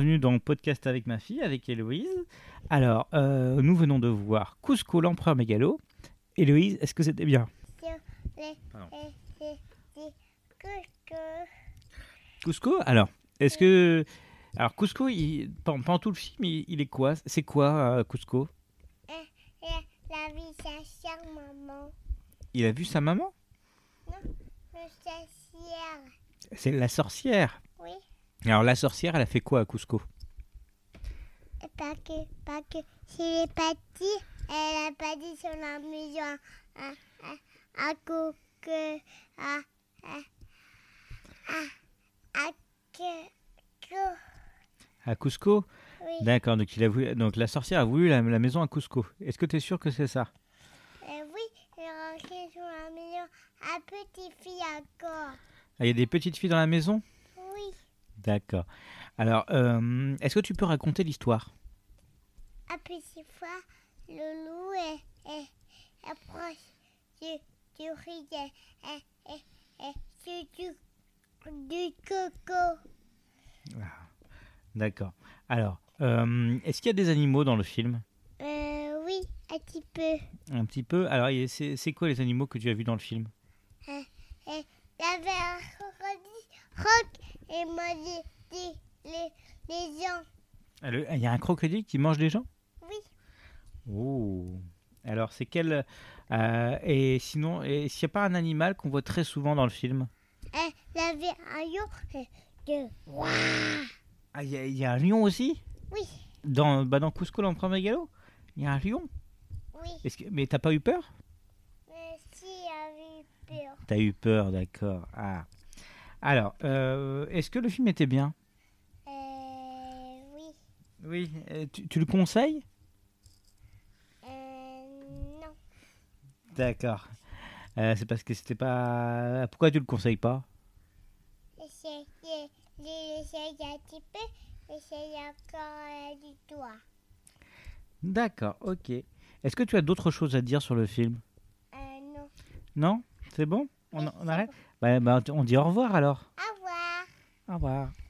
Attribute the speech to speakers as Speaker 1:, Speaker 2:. Speaker 1: Bienvenue dans Podcast avec ma fille, avec Héloïse. Alors, euh, nous venons de voir Cusco, l'empereur mégalo. Héloïse, est-ce que c'était bien Pardon. Cusco Alors, est-ce que. Alors, Cusco, il... pendant, pendant tout le film, il, il est quoi C'est quoi euh, Cusco
Speaker 2: La vie, sa chère maman.
Speaker 1: Il a vu sa maman
Speaker 2: Le chassière.
Speaker 1: C'est la sorcière.
Speaker 2: Oui.
Speaker 1: Alors, la sorcière, elle a fait quoi à Cusco
Speaker 2: Et Pas que, pas que. S'il est parti, elle a pas dit son amusant à, à, à, à co- que, à, à, à, à que, que,
Speaker 1: À Cusco
Speaker 2: oui.
Speaker 1: D'accord, donc, il a voulu... donc la sorcière a voulu la, la maison à Cusco. Est-ce que tu es sûr que c'est ça
Speaker 2: Euh, oui, elle a rentré son amusant à petite fille encore.
Speaker 1: Ah, Il y a des petites filles dans la maison
Speaker 2: Oui.
Speaker 1: D'accord. Alors, euh, est-ce que tu peux raconter l'histoire
Speaker 2: À petite fois, le loup est, est, est proche du, du riz et, et, et, et du, du, du coco.
Speaker 1: D'accord. Alors, euh, est-ce qu'il y a des animaux dans le film
Speaker 2: Euh, oui, un petit peu.
Speaker 1: Un petit peu. Alors, il y a- c'est c'est quoi les animaux que tu as vus dans le film
Speaker 2: J'avais un crocodile rock et moi dit dit les, les gens.
Speaker 1: Ah, le- Il y a un crocodile qui mange des gens
Speaker 2: Oui,
Speaker 1: Oh Alors, c'est quel. euh, et sinon, et s'il n'y a pas un animal qu'on voit très souvent dans le film
Speaker 2: et j'avais un lion et deux.
Speaker 1: Ah, il y, a- il y a un lion aussi
Speaker 2: Oui,
Speaker 1: Dans, bah, dans Cusco, l'empereur mégalo Il y a un lion
Speaker 2: oui.
Speaker 1: Est-ce que- Mais t'as pas eu peur
Speaker 2: Mais si, j'avais peur.
Speaker 1: T'as eu peur, d'accord. Ah. Alors, euh, est-ce que le film était bien
Speaker 2: Euh, oui,
Speaker 1: Oui. tu, tu le conseilles
Speaker 2: euh, non.
Speaker 1: D'accord. Euh, c'est parce que c'était pas. Pourquoi tu le conseilles pas
Speaker 2: J'essaye, j'essaye un petit peu, j'essaye encore euh, du doigt.
Speaker 1: D'accord, ok. Est-ce que tu as d'autres choses à dire sur le film
Speaker 2: Euh, non.
Speaker 1: Non C'est bon on,
Speaker 2: Oui,
Speaker 1: on
Speaker 2: c'est
Speaker 1: arrête Bah, bah, On dit au revoir alors.
Speaker 2: Au revoir.
Speaker 1: Au revoir.